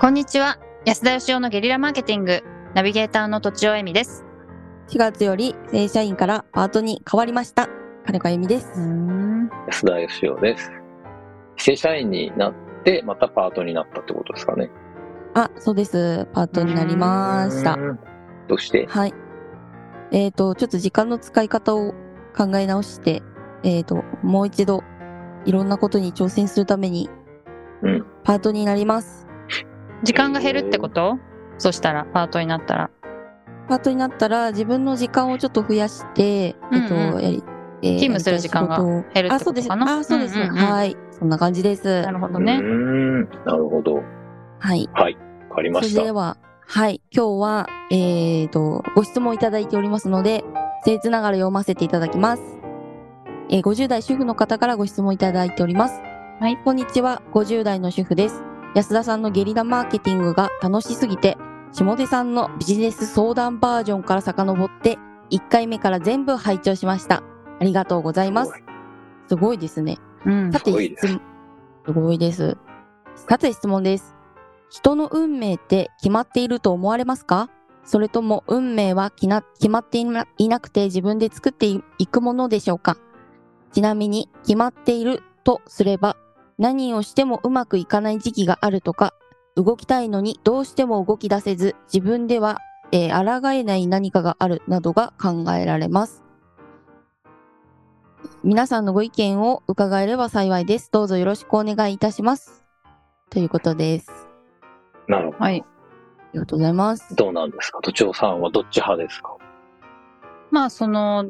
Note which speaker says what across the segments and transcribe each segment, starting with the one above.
Speaker 1: こんにちは。安田義雄のゲリラマーケティング、ナビゲーターのとちおえみです。
Speaker 2: 4月より正社員からパートに変わりました。金子由美です。
Speaker 1: ん。
Speaker 3: 安田義雄です。正社員になって、またパートになったってことですかね。
Speaker 2: あ、そうです。パートになりました。
Speaker 3: うん。どうして
Speaker 2: はい。えっ、と、ちょっと時間の使い方を考え直して、えっ、と、もう一度、いろんなことに挑戦するために、
Speaker 3: うん。
Speaker 2: パートになります。
Speaker 1: 時間が減るってことそしたら、パートになったら。
Speaker 2: パートになったら、自分の時間をちょっと増やして、えっ、と、
Speaker 1: うんうん
Speaker 2: やり、えー
Speaker 1: 勤務する時間が
Speaker 2: やり
Speaker 1: 減る
Speaker 2: た
Speaker 1: ってこ
Speaker 2: い仕事をあ、そうで
Speaker 1: と
Speaker 2: す。
Speaker 1: かな
Speaker 2: あ、そうです。
Speaker 1: んんん
Speaker 2: はい。そんな感じです
Speaker 1: な。るほど
Speaker 3: うー
Speaker 1: ね。
Speaker 3: ん。なるほど。わ
Speaker 2: はい。
Speaker 3: かりまし
Speaker 2: それで
Speaker 3: た。
Speaker 2: は、はい、今日は、えーと、ご質問いただいておりますので、僭越ながら読ませていただきます。えー50代主婦の方からご質問いただいております。
Speaker 1: はい。
Speaker 2: こんにちは、50代の主婦です。安田さんのゲリラマーケティングが楽しすぎて、下手さんのビジネス相談バージョンから遡って、1回目から全部拝聴しました。ありがとうございます。すごいですね。
Speaker 1: うん
Speaker 2: さ。て、
Speaker 3: すごいです
Speaker 2: 質問すごいです。さて、質問です。人の運命って決まっていると思われますかそれとも運命はきな決まっていないなくて自分で作っていいくものでしょうかちなみに、決まっているとすれば、何をしてもうまくいかない時期があるとか、動きたいのにどうしても動き出せず、自分では、えー抗えない何かがあるなどが考えられます。皆さんのご意見を伺えれば幸いです。どうぞよろしくお願いいたします。ということです。あ
Speaker 3: なるほ
Speaker 1: はい。
Speaker 2: りがとうございます
Speaker 3: ど。。どうなんですか都庁さんはどっち派ですか
Speaker 1: まあ、その、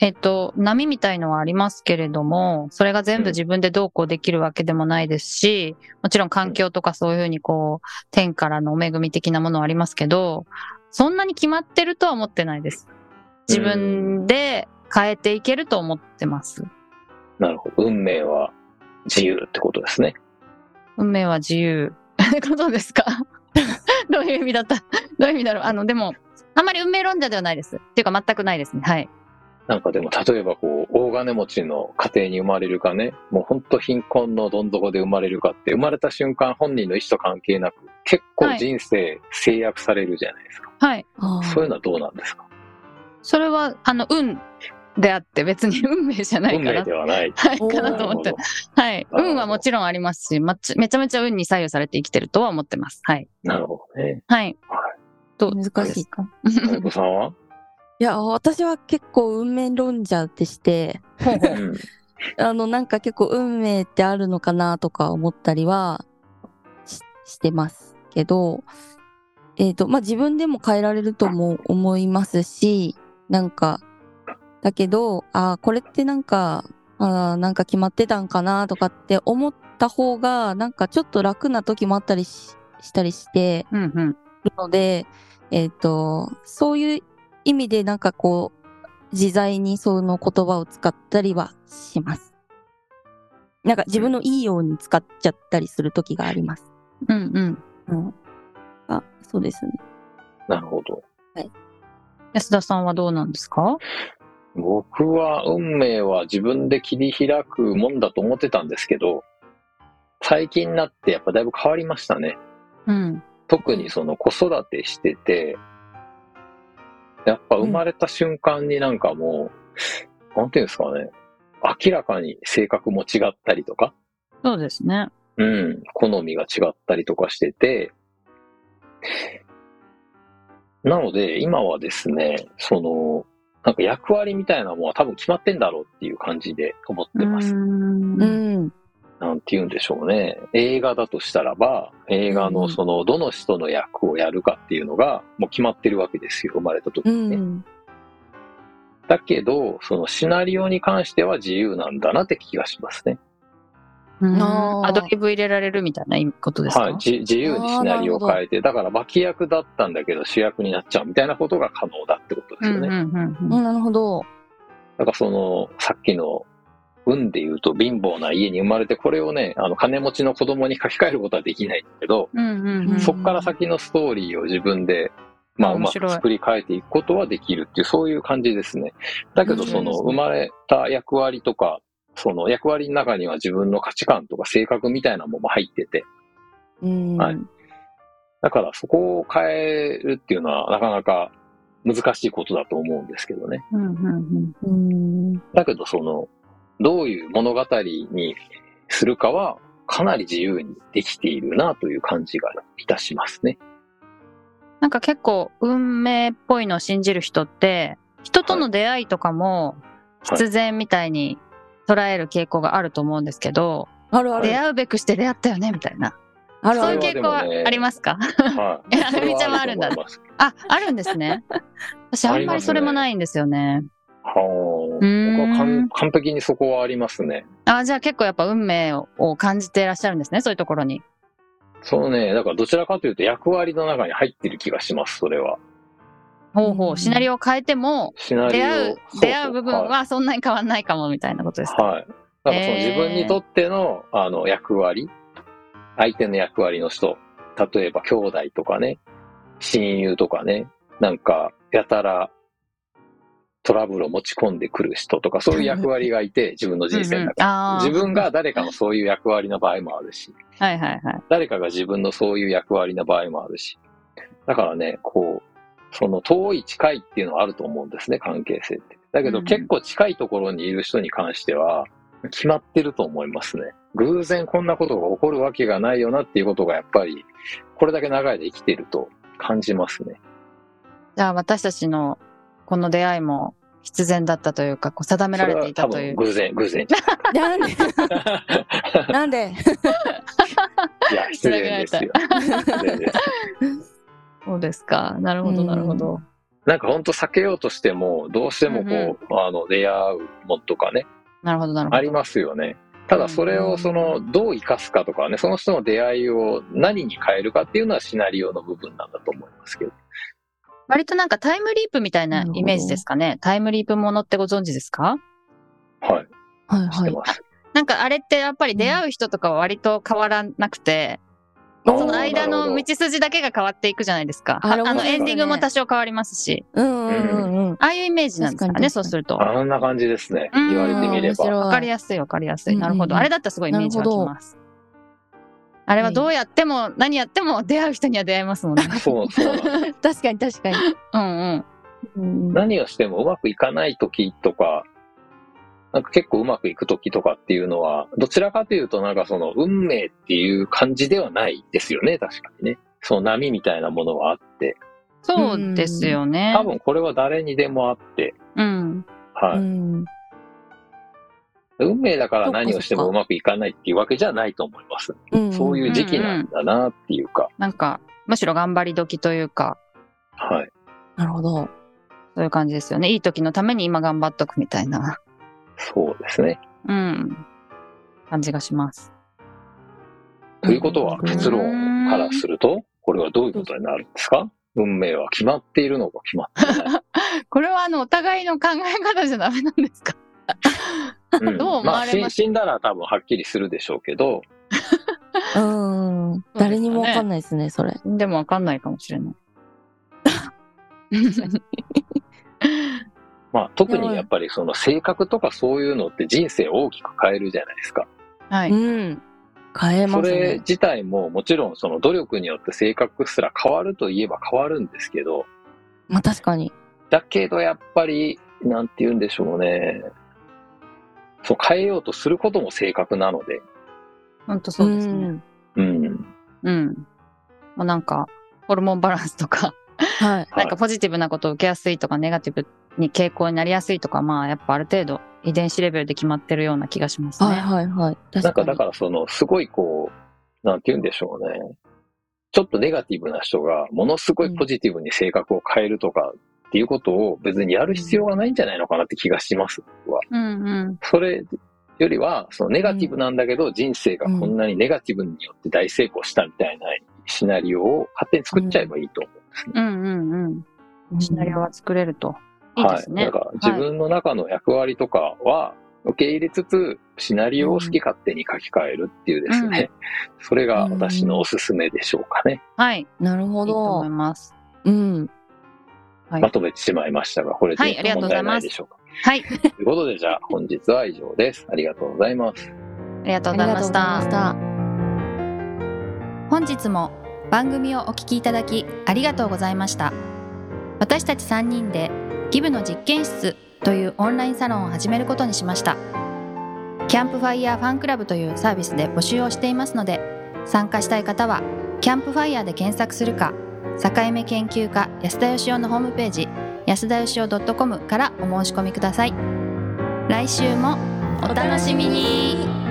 Speaker 1: えっと、波みたいのはありますけれども、それが全部
Speaker 3: うん
Speaker 1: 自分でどうこうできるわけでもないですし、もちろん環境とかそういうふうにこう、天からのお恵み的なものはありますけど、そんなに決まってるとは思ってないです。自分で変えていけると思ってます。
Speaker 3: なるほど。運命は自由ってことですね。
Speaker 1: 運命は自由。ってことですかどういう意味だったどういう意味だろうあの、でも、あんまり運命論者ではないです。っていうか全くないですね。はい。
Speaker 3: なんかでも、例えばこう、大金持ちの家庭に生まれるかね、もう本当貧困のどん底で生まれるかって、生まれた瞬間本人の意思と関係なく、結構人生制約されるじゃないですか。
Speaker 1: はい。
Speaker 2: あー
Speaker 3: そういうのはどうなんですか
Speaker 1: それは、あの、運であって、別に運命じゃない
Speaker 3: 運
Speaker 1: か
Speaker 3: 命
Speaker 1: な。
Speaker 3: ではない。
Speaker 1: はい、
Speaker 2: おー
Speaker 1: かなと思っ
Speaker 3: なる
Speaker 1: て
Speaker 3: ほ。ど
Speaker 1: はい。
Speaker 3: ほど
Speaker 1: 運はもちろんありますし、まちめちゃめちゃ運に左右されて生きてるとは思ってます。はい。
Speaker 3: なるほどね。
Speaker 1: はい。どう
Speaker 2: 難しい
Speaker 1: ですか
Speaker 3: 金子さんは、
Speaker 2: いや、私は結構運命論者でして、
Speaker 1: ほうほう
Speaker 3: うん、
Speaker 2: あの、なんか結構運命ってあるのかなとか思ったりはししてますけど、えっ、と、まあ、自分でも変えられるとも思いますし、なんか、だけど、ああ、これってなんか、あーなんか決まってたんかなとかって思った方が、なんかちょっと楽な時もあったりししたりして、
Speaker 1: うんうん。
Speaker 2: ので、えっ、と、そういう意味でなんかこう、自在にその言葉を使ったりはします。なんか自分のいいように使っちゃったりする時があります。
Speaker 1: うんうん。
Speaker 2: うん。あ、そうですね。
Speaker 3: なるほど。
Speaker 1: 安田さんはどうなんですか
Speaker 3: 僕は運命は自分で切り開くもんだと思ってたんですけど、最近になってやっぱだいぶ変わりましたね。
Speaker 1: うん。
Speaker 3: 特にその子育てしてて、やっぱ生まれた瞬間になんかもう、なんていうんですかね、明らかに性格も違ったりとか、
Speaker 1: そうですね。
Speaker 3: うん、好みが違ったりとかしてて、なので、今はですね、その、なんか役割みたいなものは多分決まってんだろうっていう感じで思ってます。
Speaker 2: う
Speaker 1: うん。
Speaker 2: ん。
Speaker 3: なんて言うんでしょうね。映画だとしたらば、映画
Speaker 2: う
Speaker 3: の
Speaker 2: ん
Speaker 3: その、どの人の役をやるかっていうのが、もう決まってるわけですよ、生まれた時
Speaker 2: う
Speaker 3: にね。
Speaker 2: ん。
Speaker 3: だけど、そのシナリオに関しては自由なんだなって気がしますね。
Speaker 1: うん
Speaker 2: あー
Speaker 1: アドリブ入れられるみたいなことですか、
Speaker 3: はい、じ自由にシナリオを変えて、だから脇役だったんだけど主役になっちゃうみたいなことが可能だってことで
Speaker 1: う
Speaker 3: す
Speaker 1: んう
Speaker 3: よ
Speaker 1: ん
Speaker 3: ね。
Speaker 1: うんう。
Speaker 2: うんんなるほど。
Speaker 3: だからその、さっきの運で言うと貧乏な家に生まれて、これをね、あの金持ちの子供に書き換えることはできないんだけど、
Speaker 1: うんうんうん。
Speaker 3: そっから先のストーリーを自分で、まあ、
Speaker 1: あ
Speaker 3: う
Speaker 1: 面
Speaker 3: ま
Speaker 1: 白い
Speaker 3: く作り変えていくことはできるっていう、そういう感じですね。だけど、そ
Speaker 1: 面白いで
Speaker 3: の、
Speaker 1: すね
Speaker 3: 生まれた役割とか、その役割の中には自分の価値観とか性格みたいなものも入ってて、
Speaker 2: うん。
Speaker 3: はいだからそこを変えるっていうのはなかなか難しいことだと思うんですけどね。
Speaker 1: うんうんうん。
Speaker 2: うん。
Speaker 3: だけどその、どういう物語にするかはかなり自由にできているなという感じがいたしま すね。
Speaker 1: なんか結構運命っぽいのを信じる人って、人との出会いとかも
Speaker 3: はい
Speaker 1: 必然みたいに捉える傾向があると思うんですけど、
Speaker 2: あるあ
Speaker 1: 出
Speaker 2: る。
Speaker 1: 会うべくして出会ったよねみたいな。
Speaker 2: ある
Speaker 1: そ
Speaker 2: あ
Speaker 1: ういう傾
Speaker 2: る。
Speaker 1: 向は
Speaker 3: それはでもね
Speaker 1: ありますか
Speaker 3: はい。
Speaker 1: あゆみちゃんはあるんだ
Speaker 3: それはあると思います
Speaker 1: あ、あるんですね。私あんまりそれもないんですよね。
Speaker 3: はあ
Speaker 1: うーん
Speaker 3: 僕は完完璧にそこはありますね。
Speaker 1: あ、じゃあ結構やっぱ運命をを感じていらっしゃるんですね、そういうところに。
Speaker 3: そのね、だからどちらかというと役割の中に入ってる気がします、それは。
Speaker 1: ほうほ
Speaker 2: うん
Speaker 1: う、シナリオを変えても、
Speaker 3: シナリオ
Speaker 1: 出会う
Speaker 3: そ、そ
Speaker 1: 出会う部分
Speaker 3: はい。
Speaker 1: はそんなに変わんないかもみたいなことですか。
Speaker 3: はいだからその
Speaker 1: へー
Speaker 3: 自分にとっての,、あの役割、相手の役割の人、例えば兄弟とかね、親友とかね、なんかやたらトラブルを持ち込んでくる人とか、そういう役割がいて、自分の人生の中に。
Speaker 1: ああー。
Speaker 3: 自分が誰かのそういう役割の場合もあるし、
Speaker 1: はいはいはい。
Speaker 3: 誰かが自分のそういう役割の場合もあるし。だからね、こう、その遠い近いっていうのはあると思うんですね、関係性って。だけ
Speaker 1: う
Speaker 3: ど
Speaker 1: ん
Speaker 3: 結構近いところにいる人に関しては、決まってると思いますね。偶然こんなことが起こるわけがないよなっていうことがやっぱり、これだけ長いで生きてると感じますね。
Speaker 1: じゃあ私たちのこの出会いも必然だったというか、こう定め
Speaker 3: そ
Speaker 1: ら
Speaker 3: れ
Speaker 1: れてた
Speaker 3: はい多
Speaker 1: とい
Speaker 3: 分
Speaker 1: う。
Speaker 3: 偶然、偶 然。
Speaker 2: なんでなんで
Speaker 3: いや、失礼です よ。失礼です。
Speaker 1: そうですか。なるほ
Speaker 2: う
Speaker 1: ど、
Speaker 2: ん
Speaker 1: なるほど。
Speaker 3: なんか本当避けようとしても、どうしてもこう、あの、出会うもんとかね、
Speaker 1: なるほど、なるほ
Speaker 3: あ
Speaker 1: ど。
Speaker 3: りますよね。ただそれ
Speaker 2: う
Speaker 3: を
Speaker 2: ん
Speaker 3: そのどう生かすかとかね、その人の出会いを何に変えるかっていうのはシナリオの部分なんだと思いますけど。
Speaker 1: 割となんかタイムリープみたいなイメージですかね。タイムリープものってご存知ですか
Speaker 3: はい、
Speaker 2: はい
Speaker 3: 知っ
Speaker 2: は
Speaker 3: て
Speaker 2: い。
Speaker 3: ます。
Speaker 1: なんかあれってやっぱり出会う人とかは割と変わらなくて、
Speaker 3: あー
Speaker 1: その間
Speaker 3: なる
Speaker 1: の
Speaker 3: ほど
Speaker 1: 道筋だけが変わっていくじゃないですか。
Speaker 2: あ
Speaker 1: あ
Speaker 2: れ
Speaker 1: あ
Speaker 2: 面
Speaker 1: の
Speaker 2: 白い
Speaker 1: エ
Speaker 2: ね
Speaker 1: ンディングも多少変わりますし、
Speaker 2: うんうんうんうん。
Speaker 1: ああいうイメージなんですか
Speaker 2: 確
Speaker 1: ね、
Speaker 2: かに
Speaker 1: そうすると。わ
Speaker 3: あんな感じですね。
Speaker 1: うん
Speaker 3: 言われてみれば。
Speaker 2: わ
Speaker 1: かりやすい、わかりやすい。なるほ
Speaker 2: うんうんう
Speaker 1: ど。
Speaker 2: ん
Speaker 1: あれだったらすごいイメージ湧きます。あれはどうやっても、何やっても出会う人には出会います もんね。
Speaker 3: そう、そうなんです。
Speaker 2: 確かに確かに。
Speaker 1: うんうん。
Speaker 2: うんうん
Speaker 3: 何をしてもうまくいかない時とか、なんか結構うまくいく時とかっていうのは、どちらかというとなんかその運命っていう感じではないですよね、確かにね。その波みたいなものはあって、
Speaker 1: そうですよね。
Speaker 3: 多分これは誰にでもあって、
Speaker 1: うん。
Speaker 3: はい。
Speaker 2: うん
Speaker 3: 運命だから何をして
Speaker 2: そ
Speaker 3: も
Speaker 2: っ
Speaker 3: うまくいかないっていうわけじゃないと思います。
Speaker 2: うん
Speaker 3: そういう時期なんだなっていうか、
Speaker 1: なんか、むしろ頑張り時というか、
Speaker 3: はい。
Speaker 2: なるほど。
Speaker 1: そういう感じですよね。いい時のために今頑張っとくみたいな、
Speaker 3: そうですね。
Speaker 1: うん、感じがします。
Speaker 3: ということは
Speaker 2: うん
Speaker 3: 結論からすると、これはどういうことになるんですか運命は決まっているのか決まっていない。
Speaker 1: これはあの、お互いの考え方じゃダメなんですか
Speaker 3: うん
Speaker 1: どう思
Speaker 3: ま
Speaker 1: わ
Speaker 3: あ
Speaker 1: れます
Speaker 3: し死んだら多分はっきりするでしょうけど、
Speaker 2: うんうん。誰にもわかんないですね、それ。
Speaker 1: でもわかんないかもしれ ない。
Speaker 3: まあ特にやっぱりその性格とかそういうのって人生を大きく変えるじゃないですか。
Speaker 1: は
Speaker 2: う
Speaker 1: い。
Speaker 2: ん。変え
Speaker 3: そ
Speaker 2: ます
Speaker 3: れ
Speaker 2: ね。
Speaker 3: 自体ももちろんその努力によって性格すら変わるといえば変わるんですけど、
Speaker 2: まあ確かに。
Speaker 3: だけどやっぱり、なんて言うんでしょうね。そう変えようとすることも正確なので。
Speaker 1: ほんとそうです
Speaker 2: う
Speaker 1: ね。
Speaker 2: ん
Speaker 3: うん。
Speaker 1: うん。もうなんか、ホルモンバランスとか、
Speaker 2: はい。
Speaker 3: はい
Speaker 1: なんかポジティブなことを受けやすいとか、ネガティブに傾向になりやすいとか、まあ、やっぱある程度、遺伝子レベルで決まってるような気がしますね。
Speaker 2: はいはいはい。確
Speaker 3: なん
Speaker 2: か
Speaker 3: か
Speaker 2: に。
Speaker 3: だからその、すごいこう、なんて言うんでしょうね。ちょっとネガティブな人が、ものすごいポジティブに性格を変えるとかっていうことを別にやる必要がないんじゃないのかなって気がします。僕は
Speaker 1: うんうん。
Speaker 3: それよりは、そのネガティブなんだけど、人生がこんなにネガティブによって大成功したみたいなシナリオを勝手に作っちゃえばいいと思うんですね。
Speaker 1: うんうんうん。シナリオは作れると。いいですね。
Speaker 3: はい。だから自分の中の役割とかは受け入れつつ、シナリオを好き勝手に書き換えるっていうですね、それが私のおすすめでしょうかね。
Speaker 1: はい。いい
Speaker 2: なるほ
Speaker 1: と思
Speaker 2: ど
Speaker 1: い。ます。
Speaker 2: うん。
Speaker 1: うん
Speaker 3: まとめてしまいましたが、これで
Speaker 1: はいありがとう
Speaker 3: 問
Speaker 1: ござ
Speaker 3: 題
Speaker 1: い
Speaker 3: な
Speaker 1: ま
Speaker 3: い
Speaker 1: す
Speaker 3: でしょうか。
Speaker 1: はい。
Speaker 3: ということで、じゃあ本日は以上です。ありがとうございます。
Speaker 1: ありがと
Speaker 2: あ
Speaker 1: う
Speaker 2: り
Speaker 1: ございま
Speaker 2: がとう
Speaker 1: し
Speaker 2: ございま
Speaker 1: た
Speaker 2: し。た。
Speaker 1: 本日も番組をお聞きいただきありがとうございました私たち3人でギブの実験室というオンラインサロンを始めることにしましたキャンプファイヤーファンクラブというサービスで募集をしていますので参加したい方はキャンプファイヤーで検索するか境目研究家安田義雄のホームページ安田義雄 .com からお申し込みください来週もお楽しみに